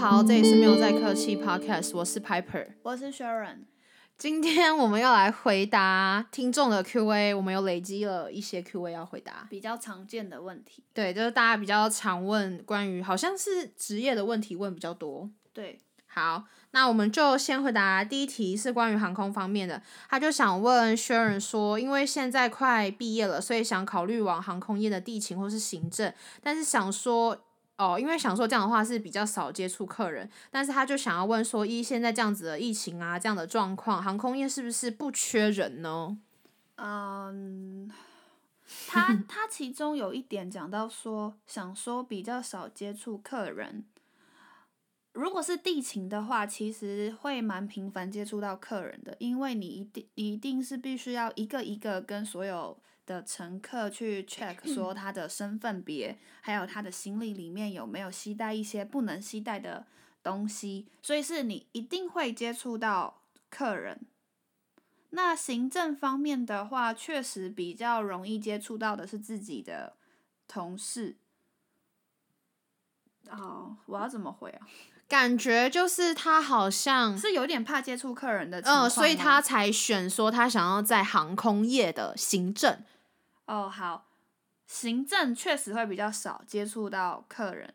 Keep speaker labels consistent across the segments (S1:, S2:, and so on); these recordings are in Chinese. S1: 喽，这里是没有在客气 Podcast，我是 Piper。
S2: 我是 Sharon，
S1: 今天我们要来回答听众的 Q&A，我们有累积了一些 Q&A 要回答。
S2: 比较常见的问题。
S1: 对，就是大家比较常问关于好像是职业的问题问比较多。
S2: 对，
S1: 好，那我们就先回答第一题，是关于航空方面的。他就想问 Sharon 说，因为现在快毕业了，所以想考虑往航空业的地勤或是行政，但是想说，哦，因为想说这样的话是比较少接触客人，但是他就想要问说，一现在这样子的疫情啊，这样的状况，航空业是不是不缺人呢？
S2: 嗯，他他其中有一点讲到说，想说比较少接触客人。如果是地勤的话，其实会蛮频繁接触到客人的，因为你一定你一定是必须要一个一个跟所有的乘客去 check 说他的身份别，还有他的行李里面有没有携带一些不能携带的东西，所以是你一定会接触到客人。那行政方面的话，确实比较容易接触到的是自己的同事。哦，我要怎么回啊？
S1: 感觉就是他好像，
S2: 是有点怕接触客人的情况吗，
S1: 嗯，所以他才选说他想要在航空业的行政。
S2: 哦好，行政确实会比较少接触到客人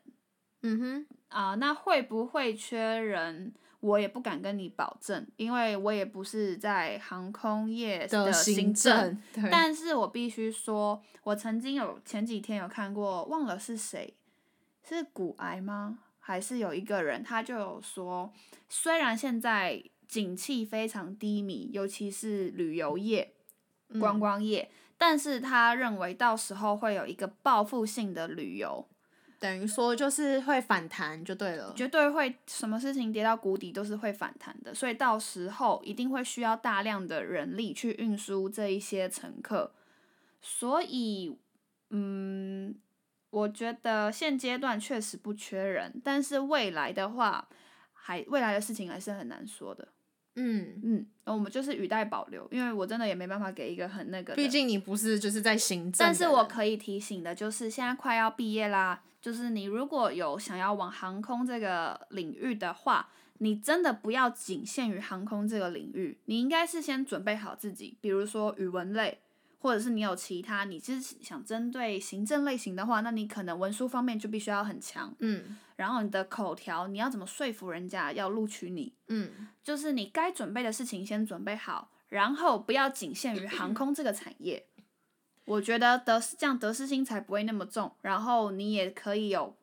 S1: 嗯哼。
S2: 啊、那会不会缺人？我也不敢跟你保证，因为我也不是在航空业
S1: 的
S2: 行
S1: 行政，对
S2: 但是我必须说，我曾经有前几天有看过，忘了是谁，是骨癌吗？还是有一个人，他就有说，虽然现在景气非常低迷，尤其是旅游业、观光业，但是他认为到时候会有一个报复性的旅游，
S1: 等于说就是会反弹就对了。
S2: 绝对会什么事情跌到谷底都是会反弹的，所以到时候一定会需要大量的人力去运输这一些乘客。所以，嗯，我觉得现阶段确实不缺人，但是未来的话，还未来的事情还是很难说的。
S1: 嗯，
S2: 嗯，我们就是语带保留，因为我真的也没办法给一个很那个的。
S1: 毕竟你不是就是在行政的
S2: 嗯但
S1: 人，
S2: 是我可以提醒的就是，现在快要毕业啦，就是你如果有想要往航空这个领域的话，你真的不要仅限于航空这个领域，你应该是先准备好自己，比如说语文类，或者是你有其他，你是想针对行政类型的话，那你可能文书方面就必须要很强，
S1: 嗯
S2: 然后你的口条，你要怎么说服人家要录取你，
S1: 嗯
S2: 就是你该准备的事情先准备好，然后不要仅限于航空这个产业。我觉得得失这样得失心才不会那么重，然后你也可以有，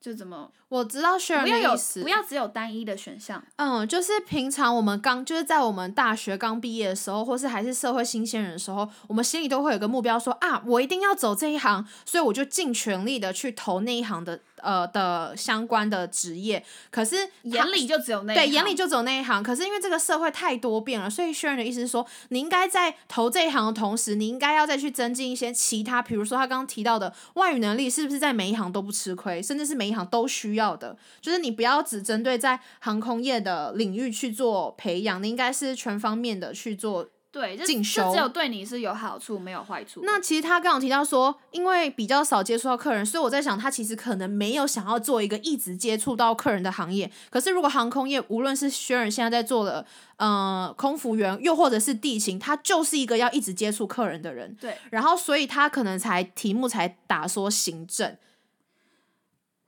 S2: 就怎么
S1: 我知道
S2: 不
S1: Sharon
S2: 要
S1: 的
S2: 有
S1: 意思，
S2: 不要只有单一的选项。
S1: 嗯，就是平常我们刚就是在我们大学刚毕业的时候，或是还是社会新鲜人的时候，我们心里都会有个目标说啊，我一定要走这一行，所以我就尽全力的去投那一行的呃的相关的职业。可是他
S2: 眼里就只有那一
S1: 对，眼里
S2: 行
S1: 就只有那一行。可是因为这个社会太多变了，所以 Sharon 的意思是说，你应该在投这一行的同时，你应该要再去增进一些其他，比如说他刚刚提到的外语能力，是不是在每一行都不吃亏，甚至是每一行都需要的？就是你不要只针对在航空业的领域去做培养，你应该是全方面的去做
S2: 对，就
S1: 进
S2: 就
S1: 修
S2: 只有对你是有好处，没有坏处。
S1: 那其实他刚刚有提到说，因为比较少接触到客人，所以我在想，他其实可能没有想要做一个一直接触到客人的行业。可是如果航空业，无论是 Sharon 现在在做的，呃，空服员，又或者是地勤，他就是一个要一直接触客人的人。
S2: 对
S1: 然后，所以他可能才题目才打说行政，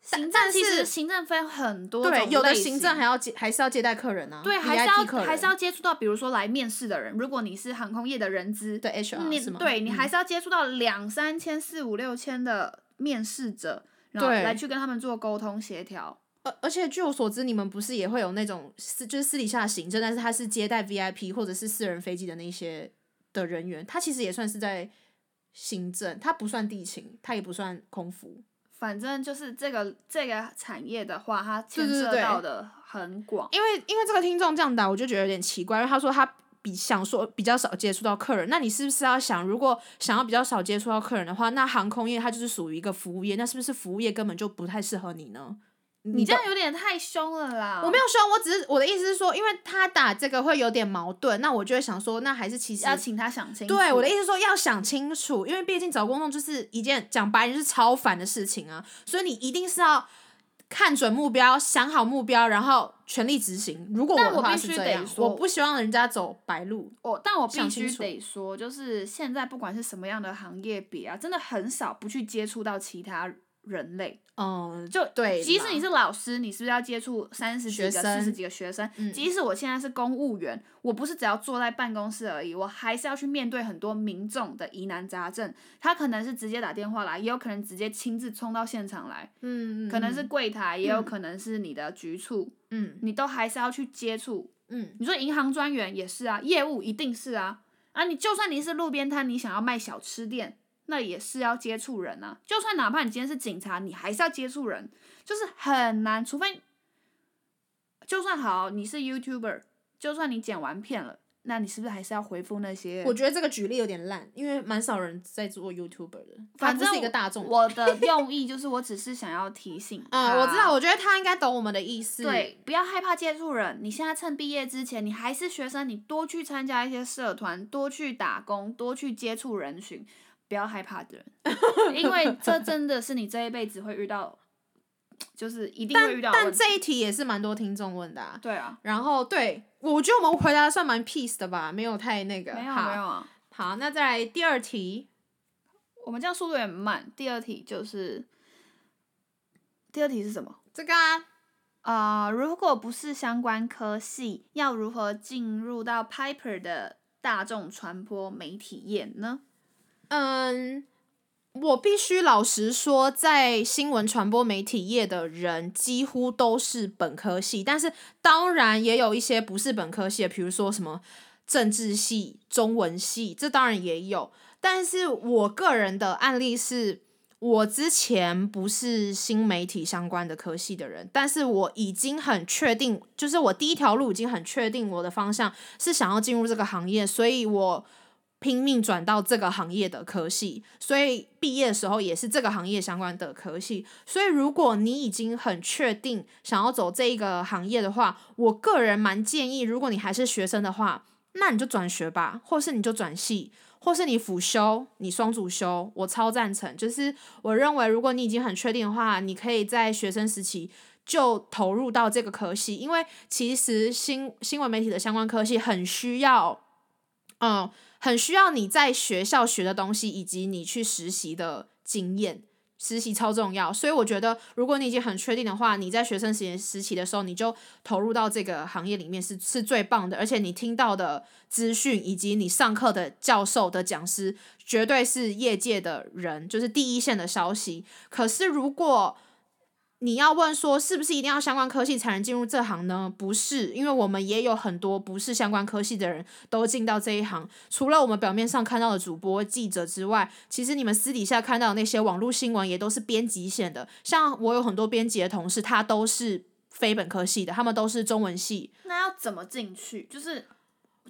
S2: 行
S1: 但
S2: 政其
S1: 是
S2: 实行政分很多
S1: 对，
S2: 种
S1: 有的
S2: 类
S1: 行
S2: 型
S1: 政还要接，还是要接待客人啊，
S2: 对还是
S1: VIP 客
S2: 要
S1: 人
S2: 还是要接触到，比如说来面试的人，如果你是航空业的人资，
S1: 对 HR
S2: 你
S1: 是吗？
S2: 对你
S1: 嗯
S2: 还是要接触到两三千、四五六千的面试者，然后
S1: 对
S2: 来去跟他们做沟通协调。
S1: 而而且据我所知，你们不是也会有那种私就是私底下的行政，但是他是接待 VIP 或者是私人飞机的那些的人员，他其实也算是在行政，他不算地勤，他也不算空服。
S2: 反正就是这个这个产业的话，它牵
S1: 对对
S2: 涉
S1: 对
S2: 到的很广。
S1: 因为因为这个听众这样打，我就觉得有点奇怪，因为他说他比想说比较少接触到客人，那你是不是要想，如果想要比较少接触到客人的话，那航空业它就是属于一个服务业，那是不是服务业根本就不太适合你呢？
S2: 你这
S1: 懂
S2: 样有点太凶了啦！
S1: 我没有说，我只是我的意思是说，因为他打这个会有点矛盾，那我就会想说，那还是其实
S2: 要请他想清楚。
S1: 对，我的意
S2: 思，
S1: 思是说要想清楚，因为毕竟找工作就是一件讲白了就是超烦的事情啊，所以你一定是要看准目标，想好目标，然后全力执行。如果
S2: 但
S1: 的
S2: 我
S1: 话
S2: 必
S1: 是
S2: 须
S1: 这
S2: 得
S1: 样，
S2: 说
S1: 我不希望人家走白路。
S2: 我、但我必
S1: 想清
S2: 须
S1: 楚
S2: 得说，就是现在不管是什么样的行业比啊，真的很少不去接触到其他人类。
S1: 嗯，
S2: 就
S1: 对啦，
S2: 即使你是老师，你是不是要接触三十几
S1: 学
S2: 个、四十
S1: 生
S2: 几个学生？
S1: 嗯
S2: 即使我现在是公务员，我不是只要坐在办公室而已，我还是要去面对很多民众的疑难杂症。他可能是直接打电话来，也有可能直接亲自冲到现场来，
S1: 嗯，嗯
S2: 可能是柜台，也有可能是你的局处，
S1: 嗯
S2: 你都还是要去接触
S1: 嗯
S2: 你说银行专员也是啊，业务一定是啊啊！你就算你是路边摊，你想要卖小吃店，那也是要接触人啊。就算哪怕你今天是警察，你还是要接触人，就是很难。除非就算好你是 YouTuber，就算你剪完片了，那你是不是还是要回复那些？
S1: 我觉得这个举例有点烂，因为蛮少人在做 YouTuber 的，它
S2: 反
S1: 不
S2: 正
S1: 是一个大众。
S2: 我的用意就是，我只是想要提醒
S1: 啊、我知
S2: 他
S1: 道，我觉得他应该懂我们的意思。
S2: 对，不要害怕接触人。你现在趁毕业之前，你还是学生，你多去参加一些社团，多去打工，多去接触人群，不要害怕的 人，因为这真的是你这一辈子会遇到，就是一定会遇到的
S1: 但
S2: 问题。
S1: 这一题也是蛮多听众问的、啊。
S2: 对啊，
S1: 然后对我觉得我们回答得算蛮 peace 的吧，没有太那个。
S2: 没有
S1: 好
S2: 没有啊，
S1: 好，那再来第二题。
S2: 我们这样速度有点慢。第二题就是，第二题是什么？
S1: 这个啊，
S2: 啊、如果不是相关科系，要如何进入到 Piper 的大众传播媒体业呢？
S1: 嗯，我必须老实说，在新闻传播媒体业的人几乎都是本科系，但是当然也有一些不是本科系的，比如说什么政治系、中文系，这当然也有。但是我个人的案例是。我之前不是新媒体相关的科系的人，但是我已经很确定，就是我第一条路已经很确定我的方向是想要进入这个行业，所以我拼命转到这个行业的科系，所以毕业的时候也是这个行业相关的科系。所以如果你已经很确定想要走这一个行业的话，我个人蛮建议，如果你还是学生的话，那你就转学吧，或是你就转系。或是你辅修，你双主修，我超赞成。就是我认为，如果你已经很确定的话，你可以在学生时期就投入到这个科系，因为其实新新闻媒体的相关科系很需要，嗯，很需要你在学校学的东西以及你去实习的经验。实习超重要，所以我觉得，如果你已经很确定的话，你在学生时期时期的时候，你就投入到这个行业里面是是最棒的。而且你听到的资讯以及你上课的教授的讲师，绝对是业界的人，就是第一线的消息。可是如果你要问说是不是一定要相关科系才能进入这行呢？不是，因为我们也有很多不是相关科系的人都进到这一行。除了我们表面上看到的主播、记者之外，其实你们私底下看到的那些网络新闻也都是编辑线的。像我有很多编辑的同事，他都是非本科系的，他们都是中文系。
S2: 那要怎么进去？就是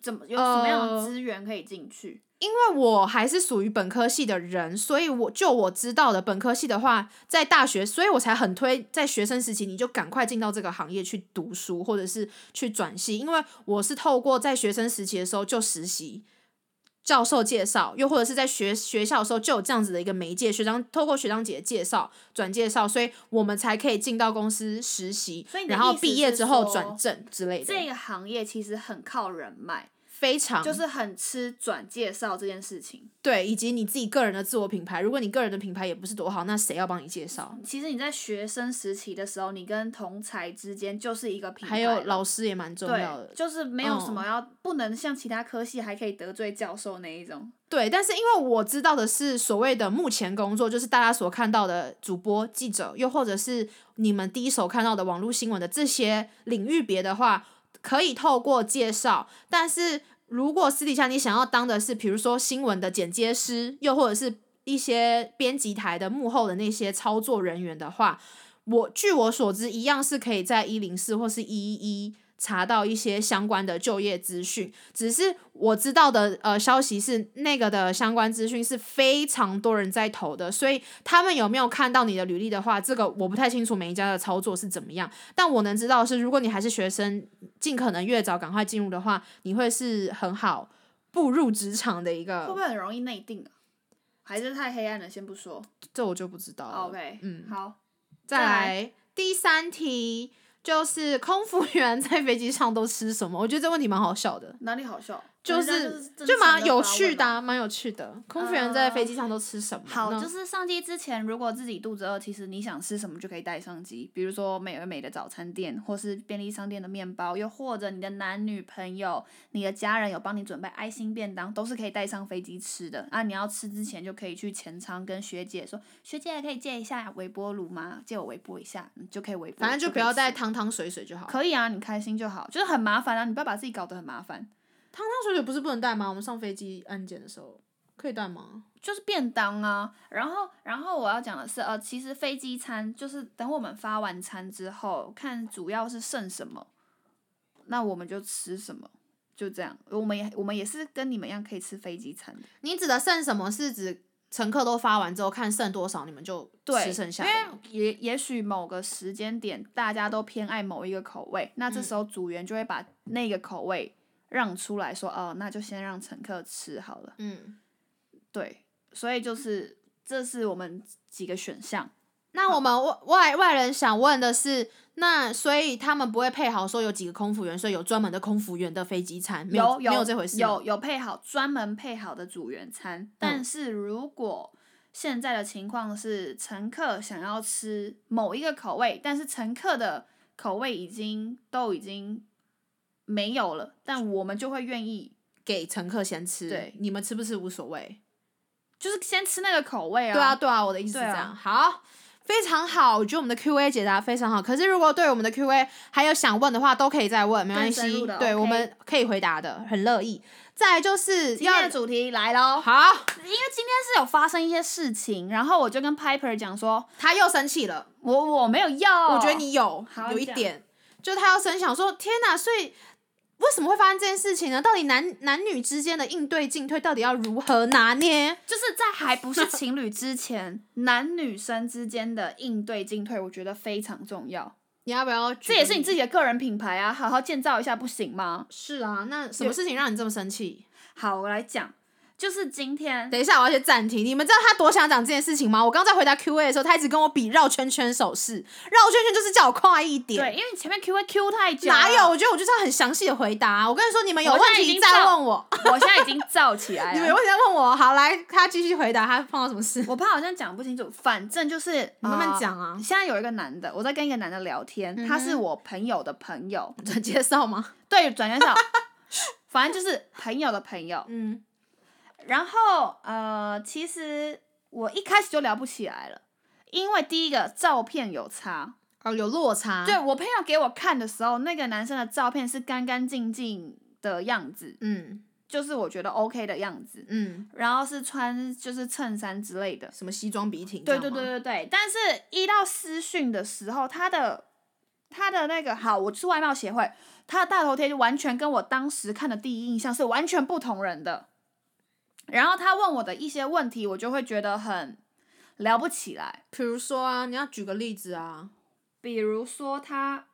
S2: 怎么有什么样的
S1: 呃
S2: 资源可以进去？
S1: 因为我还是属于本科系的人，所以我就我知道的本科系的话，在大学，所以我才很推在学生时期你就赶快进到这个行业去读书，或者是去转系，因为我是透过在学生时期的时候就实习。教授介绍，又或者是在学学校的时候就有这样子的一个媒介，学长透过学长姐的介绍、转介绍，所以我们才可以进到公司实习
S2: 所以，你的
S1: 然后
S2: 意思
S1: 毕业
S2: 是
S1: 之后
S2: 说
S1: 转正之类的，
S2: 这个行业其实很靠人脉，
S1: 非常
S2: 就是很吃转介绍这件事情。
S1: 对，以及你自己个人的自我品牌。如果你个人的品牌也不是多好，那谁要帮你介绍？
S2: 其实你在学生时期的时候，你跟同才之间就是一个品牌
S1: 还
S2: 了，
S1: 有老师也蛮重要
S2: 对，
S1: 的，
S2: 就是没有什
S1: 嗯
S2: 么要、不能像其他科系还可以得罪教授那一种。
S1: 对。但是因为我知道的是，所谓的目前工作，就是大家所看到的主播、记者，又或者是你们第一手看到的网络新闻的这些领域别的话，可以透过介绍，但是如果私底下你想要当的是，比如说新闻的剪接师，又或者是一些编辑台的幕后的那些操作人员的话，我据我所知，一样是可以在一零四或是一一一查到一些相关的就业资讯。只是我知道的呃消息是，那个的相关资讯是非常多人在投的，所以他们有没有看到你的履历的话，这个我不太清楚每一家的操作是怎么样。但我能知道的是，如果你还是学生，尽可能越早赶快进入的话，你会是很好步入职场的一个。
S2: 会不会很容易内定啊？还是太黑暗了，先不说。
S1: 这我就不知道了。
S2: 哦 OK，
S1: 呃嗯，
S2: 好，
S1: 再
S2: 再
S1: 来第三题就是空服员在飞机上都吃什么？ 我觉得这问题蛮好笑的，
S2: 哪里好笑？
S1: 就
S2: 人家
S1: 是
S2: 真
S1: 就
S2: 诚
S1: 蛮
S2: 地
S1: 有
S2: 发
S1: 趣
S2: 问
S1: 的、
S2: 啊
S1: 啊，蛮有趣的。空服员在
S2: 呃
S1: 飞机上都吃什么呢？
S2: 好，就是上机之前，如果自己肚子饿，其实你想吃什么就可以带上机，比如说美而美的早餐店，或是便利商店的面包，又或者你的男女朋友、你的家人有帮你准备爱心便当，都是可以带上飞机吃的。啊，你要吃之前就可以去前舱跟学姐说，学姐可以借一下微波炉吗？借我微波一下，你就可以微波。
S1: 反正就
S2: 就
S1: 不要带
S2: 带。
S1: 汤汤水水就好。
S2: 可以啊，你开心就好，就是很麻烦啊，你不要把自己搞得很麻烦。
S1: 汤汤水水不是不能带吗？我们上飞机安检的时候可以带吗？
S2: 就是便当啊，然后然后我要讲的是，呃，其实飞机餐就是等我们发完餐之后，看主要是剩什么，那我们就吃什么，就这样。我们也我们也是跟你们一样可以吃飞机餐的，
S1: 你指的剩什么是指乘客都发完之后看剩多少，你们就
S2: 对，
S1: 吃剩下的吗？
S2: 因为也也许某个时间点大家都偏爱某一个口味，那
S1: 嗯
S2: 这时候组员就会把那个口味让出来说，哦，那就先让乘客吃好了。
S1: 嗯，
S2: 对，所以就是这是我们几个选项。
S1: 那我们外外外人想问的是，那所以他们不会配好说有几个空服员，所以有专门的空服员的飞机餐，没
S2: 有
S1: 没有这回事吗？啊
S2: 有有配好专门配好的组员餐，
S1: 嗯
S2: 但是如果现在的情况是乘客想要吃某一个口味，但是乘客的口味已经都已经没有了，但我们就会愿意
S1: 给乘客先吃，
S2: 对
S1: 你们吃不吃无所谓。
S2: 就是先吃那个口味啊。
S1: 对啊，，对啊，我的意思是这
S2: 对啊
S1: 样。好，非常好，我觉得我们的 Q&A 解答非常好。可是如果对我们的 Q&A 还有想问的话，都可以再问，没关
S2: 更深
S1: 系
S2: 入的，
S1: 对
S2: OK
S1: 我们可以回答的，很乐意。再来就是
S2: 今天
S1: 要
S2: 的主题来喽，
S1: 好，
S2: 因为今天是有发生一些事情，然后我就跟 Piper 讲说，
S1: 他又生气了。
S2: 我我没有要，
S1: 我觉得你有
S2: 哦好
S1: 有
S2: 你
S1: 一
S2: 讲
S1: 点，就他要生想说，天哪，所以为什么会发生这件事情呢？到底男男女之间的应对进退到底要如何拿捏？
S2: 就是在还不是情侣之前， 男女生之间的应对进退，我觉得非常重要。
S1: 你要不要？
S2: 这也是你自
S1: 己。
S2: 己的个人品牌啊，好好建造一下不行吗？
S1: 是啊，那什么事情让你这么生气？
S2: 好，我来讲，就是今天，
S1: 等一下，我要先暂停。你们知道他多想讲这件事情吗？我刚在回答 Q&A 的时候，他一直跟我比绕圈圈手势，绕圈圈就是叫我快一
S2: 对，
S1: 点。
S2: 因为你前面 Q A Q 太久，
S1: 哪有？？我觉得我就是要很详细的回答、啊我跟你说，你们有
S2: 我现
S1: 问
S2: 在已
S1: 题
S2: 经
S1: 再
S2: 照
S1: 问我，
S2: 我现在已经燥起来
S1: 你们有
S2: 了。
S1: 问题再问我。哦好，来，他继续回答，他碰到什么事？
S2: 我怕好像讲不清楚，反正就是
S1: 你慢慢、讲啊
S2: 呃。现在有一个男的，我在跟一个男的聊天，
S1: 嗯
S2: 他是我朋友的朋友，
S1: 转介绍吗？
S2: 对，转眼角， 反正就是朋友的朋友。
S1: 嗯，
S2: 然后呃，其实我一开始就聊不起来了，因为第一个照片有差。
S1: 哦，有落差。
S2: 对，我朋友给我看的时候，那个男生的照片是干干净净的样子，
S1: 嗯
S2: 就是我觉得 OK 的样子。
S1: 嗯，
S2: 然后是穿就是衬衫之类的。
S1: 什么西装笔挺这
S2: 对
S1: 样吗？
S2: 对对对对，但是一到私讯的时候，他的他的那个好，我是外貌协会，他的大头贴就完全跟我当时看的第一印象是完全不同人的。然后他问我的一些问题，我就会觉得很聊不起来。
S1: 比如说啊，你要举个例子啊，
S2: 比如说他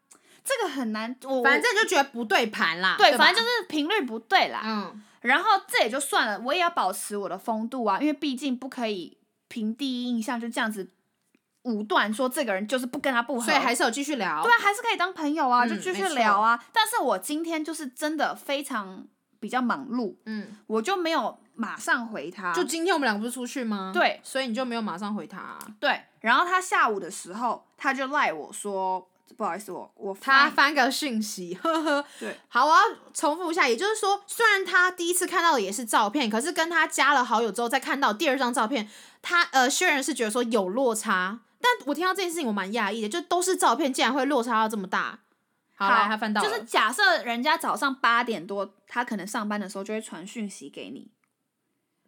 S2: 这个很难，我
S1: 反正就觉得不对盘啦。
S2: 对，
S1: 对吧，
S2: 反正就是频率不对啦。
S1: 嗯，
S2: 然后这也就算了，我也要保持我的风度啊，因为毕竟不可以凭第一印象就这样子武断说这个人就是不跟他不合，
S1: 所以还是有继续聊。
S2: 对啊，还是可以当朋友啊，
S1: 嗯
S2: 就继续
S1: 没错
S2: 聊啊。但是我今天就是真的非常比较忙碌，
S1: 嗯，
S2: 我就没有马上回他，
S1: 就今天我们两个不是出去吗？
S2: 对，
S1: 所以你就没有马上回他啊。
S2: 对。然后他下午的时候，他就赖我说。不好意思，我我
S1: 他
S2: 发
S1: 翻个讯息，呵呵。
S2: 对，
S1: 好，我要重复一下，也就是说，虽然他第一次看到的也是照片，可是跟他加了好友之后再看到第二张照片，他呃，虽然是觉得说有落差，但我听到这件事情我蛮讶异的，就都是照片，竟然会落差到这么大。好，来，他翻到了
S2: 就是假设人家早上八点多，他可能上班的时候就会传讯息给你，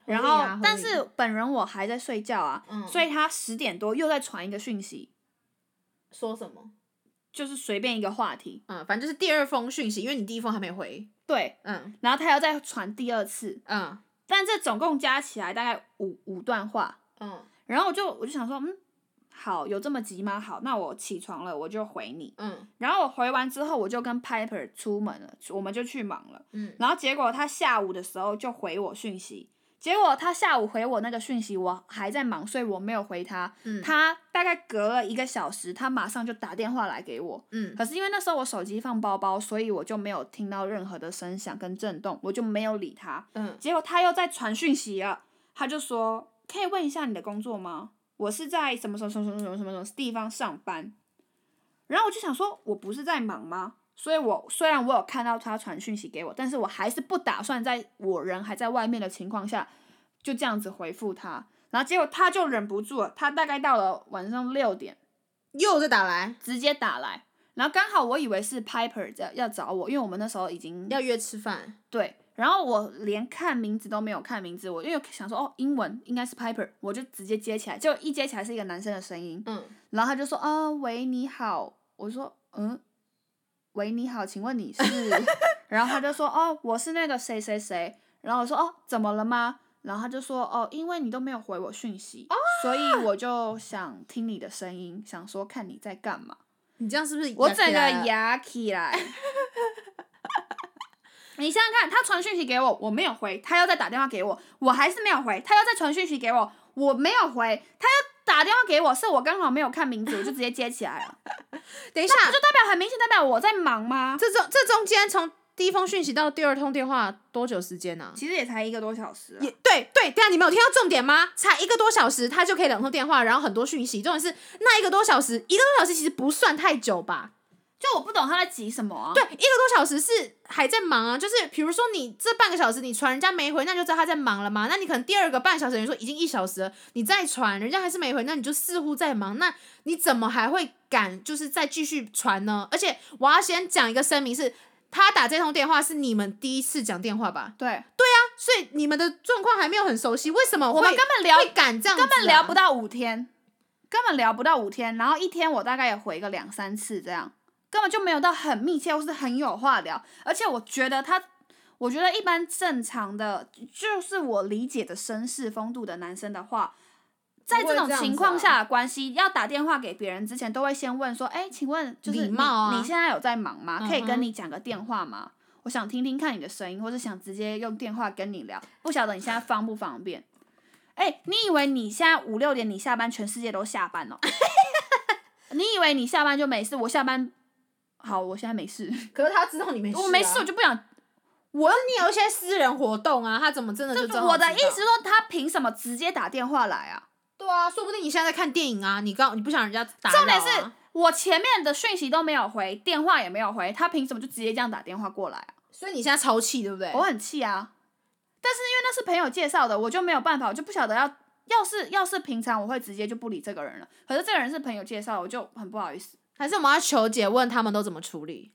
S1: 合理啊
S2: 然后、
S1: 合理
S2: 但是本人我还在睡觉啊，
S1: 嗯
S2: 所以他十点多又在传一个讯息，
S1: 说什么？
S2: 就是随便一个话题，
S1: 嗯，反正就是第二封讯息，因为你第一封还没回。
S2: 对，
S1: 嗯
S2: 然后他又再传第二次，
S1: 嗯
S2: 但这总共加起来大概五五段话，
S1: 嗯
S2: 然后我就我就想说，嗯，好，有这么急吗？好，那我起床了，我就回你。
S1: 嗯
S2: 然后我回完之后，我就跟 Piper 出门了，我们就去忙了。
S1: 嗯
S2: 然后结果他下午的时候就回我讯息，结果他下午回我那个讯息，我还在忙，所以我没有回他。
S1: 嗯
S2: 他大概隔了一个小时，他马上就打电话来给我。
S1: 嗯
S2: 可是因为那时候我手机放包包，所以我就没有听到任何的声响跟震动，我就没有理他。
S1: 嗯
S2: 结果他又在传讯息了，他就说：“可以问一下你的工作吗？我是在什么什么什么什么什么什么什么地方上班。”然后我就想说，我不是在忙吗？所以我虽然我有看到他传讯息给我，但是我还是不打算在我人还在外面的情况下就这样子回复他。然后结果他就忍不住了，他大概到了晚上六点
S1: 又在打来，
S2: 直接打来，然后刚好我以为是 Piper 要要找我，因为我们那时候已经
S1: 要约吃饭，
S2: 对，然后我连看名字都没有看名字，我因为想说哦，英文应该是 Piper，我就直接接起来，结果一接起来是一个男生的声音，
S1: 嗯
S2: 然后他就说啊、喂你好，我说嗯，喂你好，请问你是？ 然后他就说哦我是那个谁谁谁，然后我说哦怎么了吗？然后他就说哦因为你都没有回我讯息，所以我就想听你的声音，想说看你在干嘛。
S1: 你这样是不是
S2: 我整
S1: 起来
S2: 个
S1: 了
S2: 牙起来。 你想想看，他传讯息给我，我没有回；他又再打电话给我，我还是没有回；他又再传讯息给我，我没有回；他又打电话给我，是我刚好没有看名字，我就直接接起来了。
S1: 等一下，
S2: 就代表很明显，代表我在忙吗？
S1: 这中这中间从第一封讯息到第二通电话多久时间啊呢、
S2: 其实也才一个多小时啊、
S1: 也对对，对啊，你们有听到重点吗？才一个多小时，他就可以两通电话，然后很多讯息。重点是那一个多小时，一个多小时其实不算太久吧？
S2: 就我不懂他在急什么啊。
S1: 对，一个多小时是还在忙啊，就是比如说你这半个小时你传人家没回，那就知道他在忙了嘛。那你可能第二个半小时，你说已经一小时了，你再传人家还是没回，那你就似乎在忙，那你怎么还会敢就是再继续传呢？而且我要先讲一个声明是。他打这通电话是你们第一次讲电话吧？
S2: 对，
S1: 所以你们的状况还没有很熟悉，为什么
S2: 我们
S1: 会
S2: 根本聊
S1: 会敢这样、啊
S2: 根本聊不，到五天，根本聊不到五天，然后一天我大概也回个两三次这样，根本就没有到很密切或是很有话聊。而且我觉得他，我觉得一般正常的，就是我理解的绅士风度的男生的话，在
S1: 不
S2: 这
S1: 会
S2: 种
S1: 这样
S2: 情
S1: 子
S2: 况
S1: 啊
S2: 下的关系，要打电话给别人之前，都会先问说：“哎，请问就是
S1: 礼
S2: 你
S1: 貌啊
S2: 你现在有在忙吗？可以
S1: 嗯
S2: 跟
S1: 哼
S2: 你讲个电话吗？”我想听听看你的声音，或者想直接用电话跟你聊，不晓得你现在方不方便？哎、你以为你现在五六点你下班，全世界都下班 了、你以为你下班就没事？我下班，好，我现在没事，啊
S1: 可是他知道你没事、啊
S2: 我没事，我就不想。我
S1: 你有一些私人活动啊，他怎么真的就
S2: 就我的意思，说，他凭什么直接打电话来啊？
S1: 对啊，说不定你现在在看电影啊，你刚你不想人家打、啊
S2: 重点是，我前面的讯息都没有回，电话也没有回，他凭什么就直接这样打电话过来啊？
S1: 所以你现在超气，对不对？
S2: 我很气啊！但是因为那是朋友介绍的，我就没有办法，我就不晓得要。要是要是平常，我会直接就不理这个人了。可是这个人是朋友介绍，我就很不好意思。
S1: 还是我们要求解，问他们都怎么处理？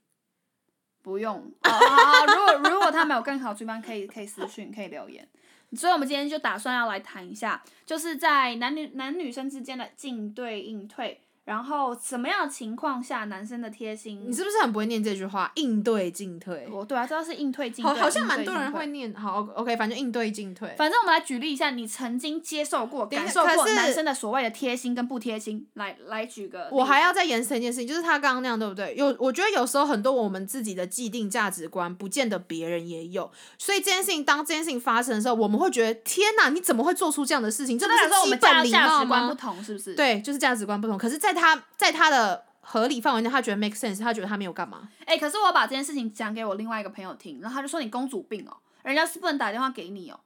S2: 不用，哦、好好如果如果他没有更好的主办，可以可以私讯，可以留言。所以，我们今天就打算要来谈一下，就是在男女男女生之间的进对应退，然后什么样的情况下男生的贴心，
S1: 你是不是很不会念这句话？应对进退，
S2: 我对啊，这是应退进
S1: 好，
S2: 退，
S1: 好像
S2: 应对
S1: 蛮多
S2: 进
S1: 人
S2: 退
S1: 会。念。好，OK，反正应对进退。
S2: 反正我们来举例一下，你曾经接受过、
S1: 等一
S2: 感
S1: 下
S2: 受过
S1: 可是
S2: 男生的所谓的贴心跟不贴心，来来举个例子。
S1: 我还要再延伸一件事情，就是他刚刚那样，对不对？有，我觉得有时候很多我们自己的既定价值观，不见得别人也有。所以这件事情，当这件事情发生的时候，我们会觉得天哪，你怎么会做出这样的事情？这不
S2: 那
S1: 是
S2: 时候我
S1: 基
S2: 们
S1: 本
S2: 价
S1: 礼
S2: 价
S1: 貌
S2: 值观不
S1: 吗？
S2: 同，是不是？。
S1: 对，就是价值观不同。可是，在他在他的合理范围内，他觉得 make sense，他觉得他没有干嘛。
S2: 哎、可是我把这件事情讲给我另外一个朋友听，然后他就说你公主病哦，人家是不能打电话给你哦。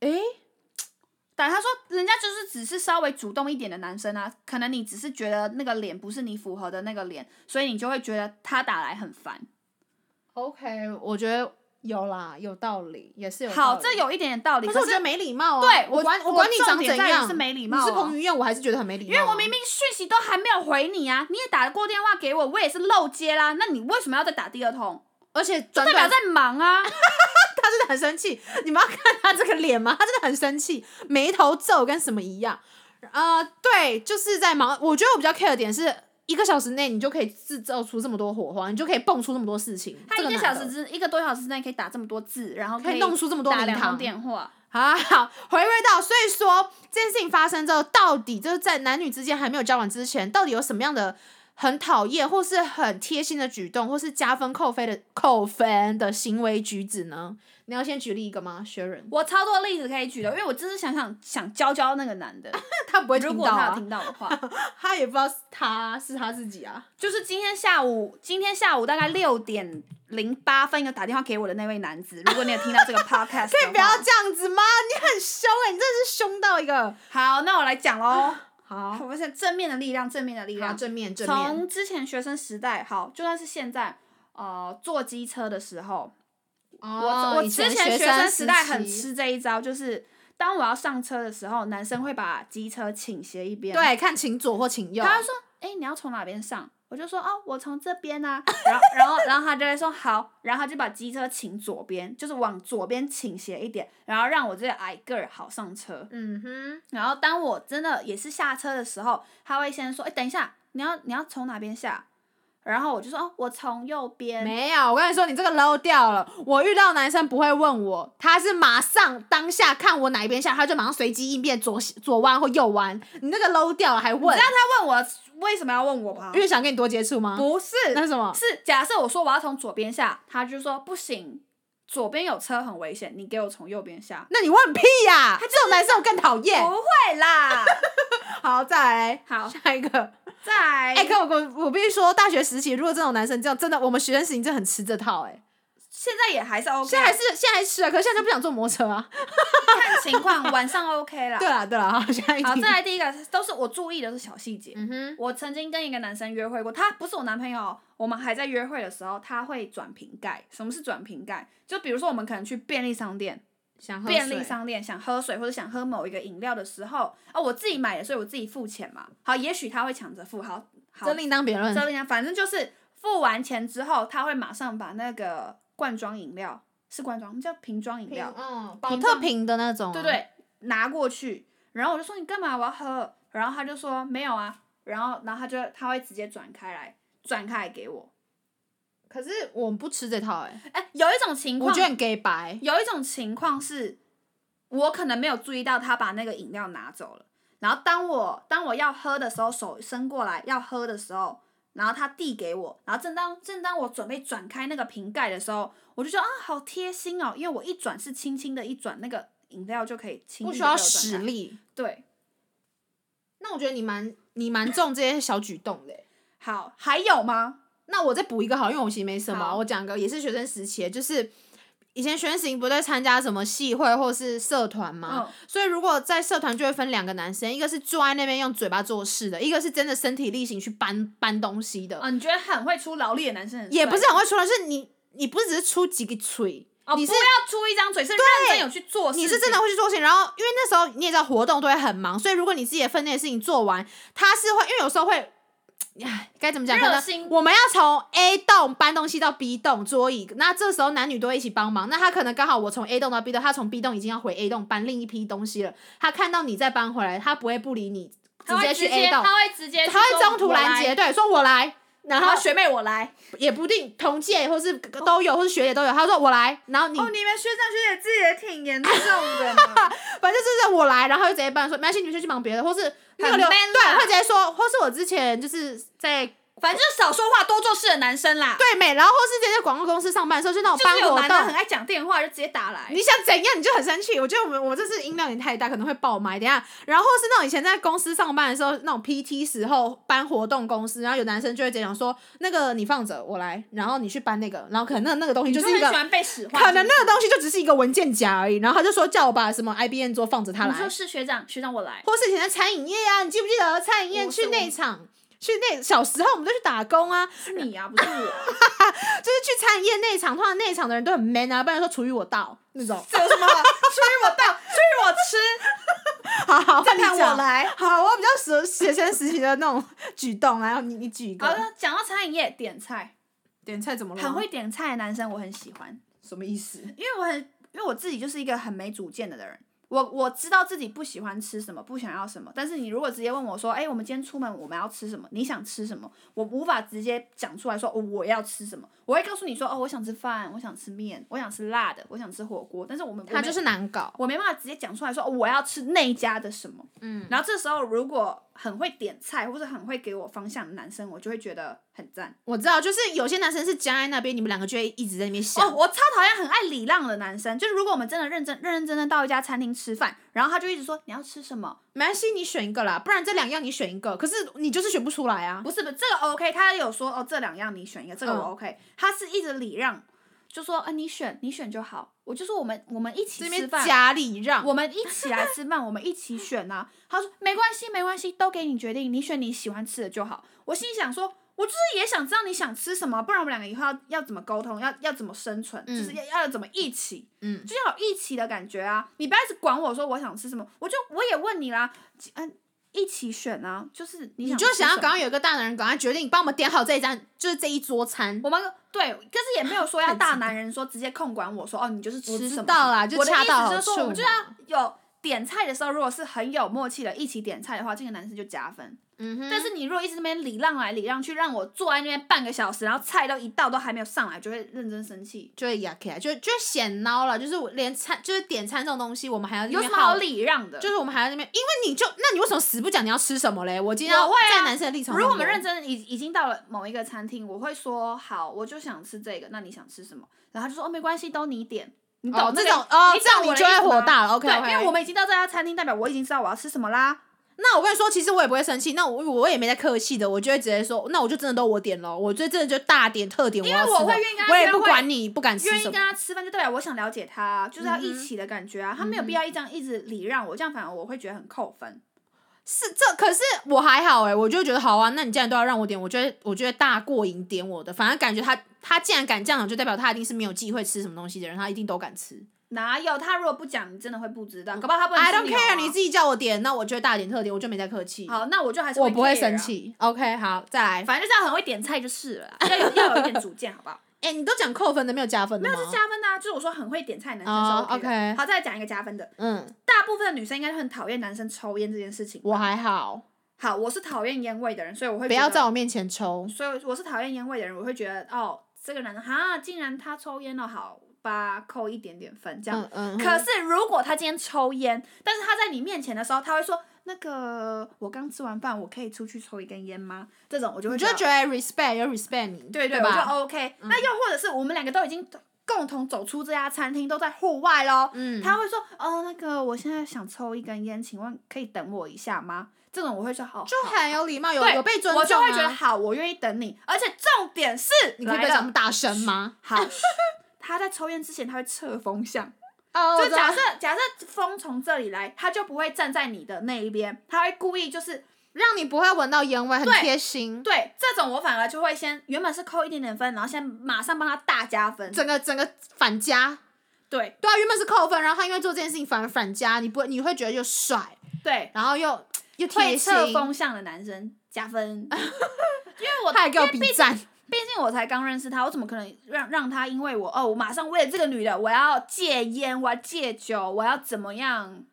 S1: 诶，
S2: 打他说人家就是只是稍微主动一点的男生啊，可能你只是觉得那个脸不是你符合的那个脸，所以你就会觉得他打来很烦。
S1: OK，我觉得有啦，有道理，也是有
S2: 好，这。有一点点道理，
S1: 可
S2: 可
S1: 是我觉得没礼貌啊！
S2: 对
S1: 我
S2: 我
S1: 管
S2: 我
S1: 管你长
S2: 重
S1: 怎
S2: 点在于
S1: 样
S2: 是没礼貌啊
S1: 你是彭于晏，我还是觉得很没礼貌啊。
S2: 因为我明明讯息都还没有回你啊，你也打过电话给我，我也是漏接啦，那你为什么要再打第二通？
S1: 而且短
S2: 代表
S1: 短
S2: 在 忙啊。
S1: 他真的很生气，你们要看他这个脸吗？他真的很生气，眉头皱跟什么一样。呃，对，就是在忙。我觉得我比较 care 的点是一个小时内你就可以制造出这么多火花，你就可以蹦出那么多事情。
S2: 他
S1: 这
S2: 一
S1: 个
S2: 个
S1: 男
S2: 小
S1: 的
S2: 时之一个多小时之内可以打这么多字，然后
S1: 可
S2: 可
S1: 以
S2: 以
S1: 弄出这么多
S2: 打
S1: 名
S2: 两通
S1: 堂。
S2: 电话。
S1: 好好，回归到，所以说这件事情发生之后，到底就是在男女之间还没有交往之前，到底有什么样的很讨厌或是很贴心的举动，或是加分扣分的扣分的行为举止呢？你要先举例一个吗，学人？
S2: 我超多例子可以举的，因为我真是想想想教教那个男 的，
S1: 他不会
S2: 如
S1: 听
S2: 果
S1: 到
S2: 他有
S1: 啊，
S2: 听到的话，
S1: 他也不知道是他是他自己啊。
S2: 就是今天下午，今天下午大概六点零八分有打电话给我的那位男子，如果你有听到 这个 podcast，可
S1: 可以不要这样子吗？你很凶哎、你真的是凶到一个
S2: 好，那我来讲喽。
S1: 好，
S2: 我们是正面的力量，正面的力
S1: 好
S2: 量。
S1: 正面正面，
S2: 从之前学生时代，好，就算是现在，呃，坐机车的时候，
S1: 哦
S2: 我我
S1: 以
S2: 之
S1: 学
S2: 前生时代很
S1: 期
S2: 吃这一招，就是当我要上车的时候，男生会把机车倾斜一边，，
S1: 对，看请左或请右，
S2: 他就说，哎、你要从哪边上？我就说哦，我从这边啊， 然后然后然后他就会说好，然后他就把机车倾左边，就是往左边倾斜一点，然后让我这个矮个儿好上车。
S1: 嗯哼，
S2: 然后当我真的也是下车的时候，他会先说：“哎，等一下，你要你要从哪边下？”然后我就说：“哦，我从右边。
S1: 没有，我跟你说，你这个 low 掉了。我遇到男生不会问我，他是马上当下看我哪一边下，他就马上随机应变左左弯或右弯。你那个 low 掉了还”问
S2: 你知，道他问我为什么要问我吗
S1: 因？为想跟你多接触吗？
S2: 不是，
S1: 那是什么？
S2: 是假设我说我要从左边下，他就说：“不行，左边有车很危险，你给我从右边下。
S1: 那你问屁呀、这种男生我更讨”厌。
S2: 不会啦，
S1: 好，再来，
S2: 好，
S1: 下一个。
S2: 再来
S1: 哎、可我我我必须说，大学时期如果这种男生这样，真的，我们学生时期真的很吃这套、哎，
S2: 现在也还是 OK，
S1: 现在还是现在还吃啊，可是现在就不想坐摩托车啊。
S2: 看情况，晚上 OK 啦
S1: 对。啦对啦，好，下一
S2: 好，
S1: 题。
S2: 再来第一个，都是我注意的是小细节。
S1: 嗯哼，
S2: 我曾经跟一个男生约会过，他不是我男朋友，我们还在约会的时候，他会转瓶盖。什么是转瓶盖？就比如说我们可能去便利商店，
S1: 想喝
S2: 便利
S1: 水
S2: 商店想喝水或者想喝某一个饮料的时候，哦，我自己买的，所以我自己付钱嘛。好，也许他会抢着付，好，好，
S1: 这另当别论。
S2: 这另反正就是付完钱之后，他会马上把那个罐装饮料是罐装，叫瓶装饮料，
S1: 嗯，保特瓶的那种、啊
S2: 对，对，拿过去。然后我就说你干嘛？我要喝。然后他就说没有啊。然后，然后他就他会直接转开来，转开来给我。
S1: 可是我们不吃这套、哎，
S2: 哎，有一种情
S1: 我
S2: 况
S1: 觉，得很 gay 白。
S2: 有一种情况是，我可能没有注意到他把那个饮料拿走了。然后当我当我要喝的时候，手伸过来要喝的时候，然后他递给我。然后正当正当我准备转开那个瓶盖的时候，我就觉得啊，好贴心哦，因为我一转是轻轻的一转，那个饮料就可以轻易
S1: 不
S2: 地
S1: 需
S2: 被我
S1: 要
S2: 转
S1: 实
S2: 开
S1: 力。
S2: 对。
S1: 那我觉得你蛮你蛮重这些小举动的、哎
S2: 好，还有吗？
S1: 那我再补一个好了，因为我其实没什么，啊
S2: 好
S1: 我讲个也是学生时期的，就是以前学生时期不是在参加什么系会或是社团嘛，
S2: 嗯
S1: 所以如果在社团就会分两个男生，一个是坐在那边用嘴巴做事的，一个是真的身体力行去搬搬东西的，
S2: 啊，你觉得很会出劳力的男生很帅
S1: 也不是很会出来，是你你不只是出几个锤。
S2: 哦，
S1: 你是
S2: 不要出一张嘴，是认真有去做事情，
S1: 你是真的会去做事情，然后因为那时候你也知道活动都会很忙，所以如果你自己的分内的事情做完，他是会，因为有时候会，唉，该怎么讲？可
S2: 热
S1: 能
S2: 心
S1: 我们要从 A 栋搬东西到 B 栋桌椅，那这时候男女都会一起帮忙。那他可能刚好我从 A 栋到 B 栋，他从 B 栋已经要回 A 栋搬另一批东西了，他看到你再搬回来，他不会不理你，直
S2: 他会
S1: 接
S2: 直
S1: 去
S2: 接
S1: A 栋，
S2: 他会直接去
S1: 他会
S2: 说
S1: 中途
S2: 我
S1: 拦截，对，说我来。然
S2: 然
S1: 后
S2: 后哦学妹我来，
S1: 也不定同届或是都有，或是学姐都有。他说我来，然后你
S2: 哦你们学长学姐自己也挺严重的嘛，
S1: 反正就是我来，然后就直接帮他说，没关系，你们先去忙别的，或是那个
S2: 很
S1: 流
S2: man
S1: 对，
S2: 啦
S1: 会直接说，或是我之前就是在
S2: 反正就是少说话多做事的男生啦，
S1: 对美，然后或是在在广告公司上班的时候，就那种
S2: 就
S1: 办
S2: 是有
S1: 活
S2: 男的很
S1: 动。
S2: 爱讲电话就直接打来，
S1: 你想怎样你就很生气，我觉得我们我们这次音量有点太大，可能会爆麦。等一下，然后或是那种以前在公司上班的时候，那种 PT 时候搬活动公司，然后有男生就会直接讲说，那个你放着我来，然后你去搬那个，然后可能那那个东西
S2: 你
S1: 就是
S2: 很
S1: 一
S2: 喜
S1: 个，
S2: 欢被使唤，
S1: 可能那个东西就只是一个文件夹而已，然后他就说叫我把什么 IBM 桌放着他
S2: 你
S1: 来，
S2: 就是学长学长我来，
S1: 或是以前在餐饮业啊，你记不记得餐饮业
S2: 我
S1: 去
S2: 是我
S1: 内场？去内小时候我们就去打工 啊，就是
S2: 你啊不 是我啊，
S1: 是去餐饮业内场，通常内场的人都很 man 啊，不然说厨余我倒那种。
S2: 这有什么好？至于我到，至于我 吃，
S1: 好 好，换
S2: 再
S1: 你
S2: 看我
S1: 讲。
S2: 来。
S1: 好，我比较学学生时期的那种举动，啊然后你你举一
S2: 好
S1: 个。
S2: 了，讲到餐饮业点菜，
S1: 点菜怎么了？
S2: 很会点菜的男生我很喜欢，
S1: 什么意思？
S2: 因为我很，因为我自己就是一个很没主见的人。我我知道自己不喜欢吃什么，不想要什么。但是你如果直接问我说，哎、我们今天出门我们要吃什么？你想吃什么？我无法直接讲出来说、哦、我要吃什么。我会告诉你说，哦，我想吃饭，我想吃面，我想吃辣的，我想吃火锅。但是我们
S1: 他就是难搞。
S2: 我没办法直接讲出来说、哦我要吃那一家的什么。
S1: 嗯，
S2: 然后这时候如果很会点菜或者很会给我方向的男生，我就会觉得很赞。
S1: 我知道，就是有些男生是夹在那边，你们两个就会一直在那边想。
S2: 哦，我超讨厌很爱礼让的男生。就是如果我们真的认真、认认真真到一家餐厅吃饭，然后他就一直说你要吃什么，
S1: 没关系，你选一个啦，不然这两样你选一个，可是你就是选不出来啊。
S2: 不是不是这个 OK，他有说哦这两样你选一个，这个我
S1: 嗯
S2: OK，、他是一直礼让，就说啊、你选你选就好。我就说我们我们一起
S1: 这
S2: 吃
S1: 边
S2: 饭，
S1: 夹礼让，
S2: 我们一起来吃饭，我们一起选呐、 他说没关系，没关系，都给你决定，你选你喜欢吃的就好。我心里想说，我就是也想知道你想吃什么，不然我们两个以后要要怎么沟通，要要怎么生存，
S1: 嗯
S2: 就是要要怎么一起，
S1: 嗯，
S2: 就要有一起的感觉啊！你不要一直管我说我想吃什么，我就我也问你啦，嗯，一起选啊，就是你
S1: 你
S2: 想
S1: 就
S2: 吃
S1: 想要
S2: 什么
S1: 赶快有一个大男人赶快决定，帮我们点好这一张，就是这一桌餐。
S2: 我们对，可是也没有说要
S1: 很
S2: 大
S1: 激
S2: 男人说直接控管我说哦，你就是吃
S1: 我
S2: 什么
S1: 知
S2: 什么。
S1: 道啦就
S2: 我的
S1: 恰
S2: 意
S1: 到
S2: 思
S1: 好
S2: 就是说，我们
S1: 处
S2: 就要有点菜的时候，如果是很有默契的一起点菜的话，这个男生就加分。
S1: 嗯哼，
S2: 但是你如果一直那边礼让来礼让去，让我坐在那边半个小时，然后菜都一道都还没有上来，就会认真生气。
S1: 就会压起来，就就会显孬了，就是我连餐就是点餐这种东西，我们还要在那
S2: 有
S1: 边
S2: 什么好
S1: 耗
S2: 礼让的？
S1: 就是我们还要在那边，因为你就那你为什么死不讲你要吃什么嘞？我今天
S2: 我
S1: 要
S2: 会啊
S1: 站男生的立场上
S2: 如
S1: 说，
S2: 果我们认真已已经到了某一个餐厅，我会说好，我就想吃这个，那你想吃什么？然后他就说哦，没关系，都你点。你懂、
S1: 哦
S2: 那
S1: 这
S2: 个
S1: 种哦，
S2: 你
S1: 这样
S2: 懂
S1: 你
S2: 我的
S1: 就
S2: 意
S1: 会
S2: 思
S1: 火
S2: 吗
S1: 大了。OK，
S2: 对，因为我们已经到这家餐厅，代表我已经知道我要吃什么啦。
S1: 那我跟你说，其实我也不会生气，那我我也没在客气的，我就会直接说，那我就真的都我点咯，我就真的就大点特点，
S2: 因
S1: 我
S2: 为
S1: 要吃
S2: 我
S1: 的
S2: 会愿意跟他
S1: 我也
S2: 约
S1: 不
S2: 会
S1: 管你不敢吃
S2: 愿意
S1: 什
S2: 跟
S1: 么。
S2: 他吃饭，就代表我想了解他啊，就是要
S1: 嗯
S2: 一
S1: 哼嗯
S2: 起的感觉啊。他没有必要一张一直礼让我，这样反而我会觉得很扣分。
S1: 是这，可是我还好哎、我就觉得好啊，那你既然都要让我点，我觉得我觉得大过瘾点我的，反正感觉他他既然敢这样，就代表他一定是没有忌讳吃什么东西的人，他一定都敢吃。
S2: 哪有他如果不讲，你真的会不知道，搞不好他不能
S1: I
S2: 吃
S1: don't
S2: 牛啊
S1: care，你自己叫我点，那我就会大点特点，我就没在客气。
S2: 好，那我就还是
S1: 我不会
S2: care 啊
S1: 生。气。OK，好，再来。
S2: 反正就是要很会点菜就是了啦，啊要有要有一点主见，好不 好？
S1: 哎、你都讲扣分的，没有加分的
S2: 没
S1: 吗？
S2: 有是加分的啊，就是我说很会点菜的男生
S1: 哦
S2: 是 OK 的。
S1: ，OK
S2: 好，再来讲一个加分的，
S1: 嗯，
S2: 大部分的女生应该都很讨厌男生抽烟这件事情。
S1: 我还好，
S2: 好，我是讨厌烟味的人，所以我会
S1: 不
S2: 觉
S1: 要
S2: 得
S1: 在我面前抽。
S2: 所以我是讨厌烟味的人，我会觉得哦，这个男的哈，竟然他抽烟了，哦好吧，扣一点点分这样。
S1: 嗯嗯，
S2: 可是如果他今天抽烟，但是他在你面前的时候，他会说那个我刚吃完饭，我可以出去抽一根烟吗？这种我就会
S1: 你就会
S2: 觉
S1: 觉得 respect 有 respect 你，
S2: 对
S1: 对哦
S2: 对，我就
S1: 吧？
S2: OK、那又或者是我们两个都已经共同走出这家餐厅，都在户外喽，
S1: 嗯，
S2: 他会说哦，那个我现在想抽一根烟，请问可以等我一下吗？这种我会说好，
S1: 就
S2: 好
S1: 很有礼貌，有
S2: 对
S1: 有被尊重、啊，
S2: 我就会觉得好，我愿意等你。而且重点是，
S1: 你可以不要
S2: 来了
S1: 讲那么大声吗？
S2: 好。他在抽烟之前，他会测风向。
S1: 哦
S2: 就假设假设风从这里来，他就不会站在你的那一边，他会故意就是
S1: 让你不会闻到烟味，很贴心。
S2: 对这种，我反而就会先原本是扣一点点分，然后现在马上帮他大加分。
S1: 整个整个反加，
S2: 对
S1: 对啊，原本是扣分，然后他因为做这件事情反而反加，你不会你会觉得又帅，
S2: 对，
S1: 然后又又贴
S2: 会
S1: 心，
S2: 测风向的男生 加分，因为我
S1: 他还给我比赞，
S2: 毕竟我才刚认识他，我怎么可能让让他因为我哦，我马上为了这个女的，我要戒烟，我要戒酒，我要怎么样？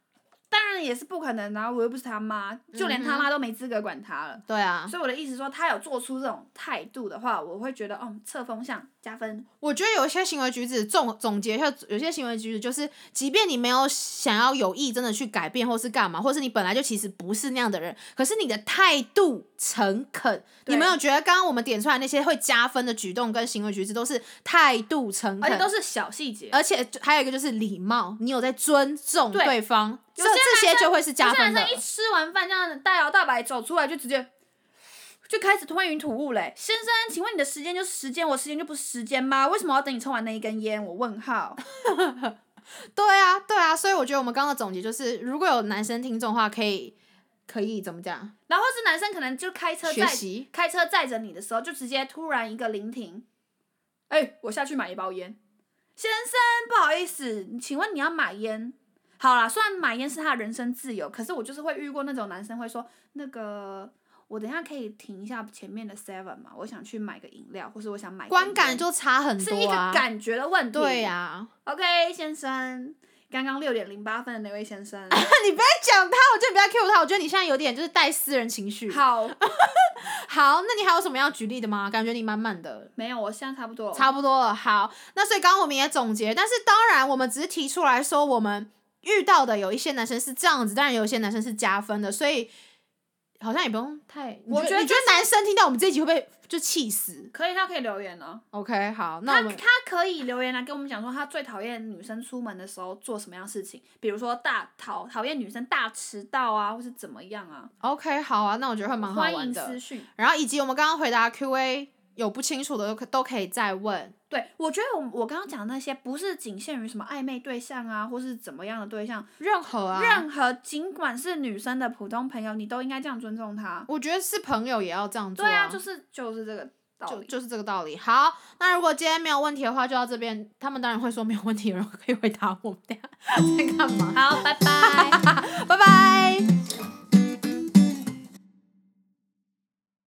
S2: 当然也是不可能啊，我又不是他妈，就连
S1: 嗯
S2: 他妈都没资格管他了。
S1: 对啊，
S2: 所以我的意思说，他有做出这种态度的话，我会觉得，哦，测风向加分。
S1: 我觉得有一些行为举止总总结一下，有些行为举止就是，即便你没有想要有意真的去改变或是干嘛，或是你本来就其实不是那样的人，可是你的态度诚恳，
S2: 对
S1: 你没有觉得刚刚我们点出来那些会加分的举动跟行为举止都是态度诚
S2: 而
S1: 恳，
S2: 且都是小细节。
S1: 而且还有一个就是礼貌，你有在尊重
S2: 对
S1: 对方，这
S2: 有
S1: 这
S2: 些男
S1: 些
S2: 生
S1: 就会是加分
S2: 有些
S1: 的
S2: 男。生一吃完饭这样大摇大摆走出来，就直接就开始吞云吐雾嘞、先生，请问你的时间就是时间，我时间就不是时间吗？为什么要等你抽完那一根烟？我问号。
S1: 对啊，对啊，所以我觉得我们刚刚的总结就是，如果有男生听众的话，可以可以怎么讲？
S2: 然后是男生可能就开车
S1: 学
S2: 载
S1: 习
S2: 开车载着你的时候，就直接突然一个临停，哎、我下去买一包烟，先生，不好意思，请问你要买烟？好啦，虽然买烟是他的人身自由，可是我就是会遇过那种男生会说，那个我等一下可以停一下前面的 Seven 嘛，我想去买个饮料，或是我想买个
S1: 观感
S2: 烟
S1: 就差很
S2: 是一
S1: 多
S2: 个
S1: 啊。
S2: 感觉的问题。
S1: 对、啊。
S2: OK，先生，刚刚六点零八分的那位 先生，
S1: 你不要哎讲他，我觉得你不要 cue 他，我觉得你现在有点就是带私人情绪。
S2: 好，
S1: 好，那你还有什么要举例的吗？感觉你满满的。
S2: 没有，我现在差不多
S1: 差不多了，好，那所以刚刚我们也总结，但是当然我们只是提出来说，我们遇到的有一些男生是这样子，当然有一些男生是加分的，所以好像也不用太，你
S2: 我
S1: 觉
S2: 觉得
S1: 你觉得男生听到我们这一集会不会就气死
S2: 可以，他可以留言哦。
S1: ？OK，好，那
S2: 他
S1: 我们
S2: 他可以留言来啊跟我们讲说，他最讨厌女生出门的时候做什么样的事情，比如说大讨讨厌女生大迟到啊，或是怎么样啊。
S1: OK 好啊，那我觉得会蛮好
S2: 欢
S1: 玩
S2: 迎
S1: 的
S2: 私。讯。
S1: 然后以及我们刚刚回答 Q&A 有不清楚的都可都可以再问。
S2: 对，我觉得我我刚刚讲的那些不是仅限于什么暧昧对象啊，或是怎么样的对象，
S1: 任何啊，
S2: 任何尽管是女生的普通朋友，你都应该这样尊重她。
S1: 我觉得是朋友也要这样做、
S2: 对啊，就是是就是这个道
S1: 就
S2: 理。
S1: 就是这个道理。好，那如果今天没有问题的话，就到这边。他们当然会说没 有问题，有人可以回答我们。等一下在干嘛？
S2: 好，拜拜。
S1: 拜拜。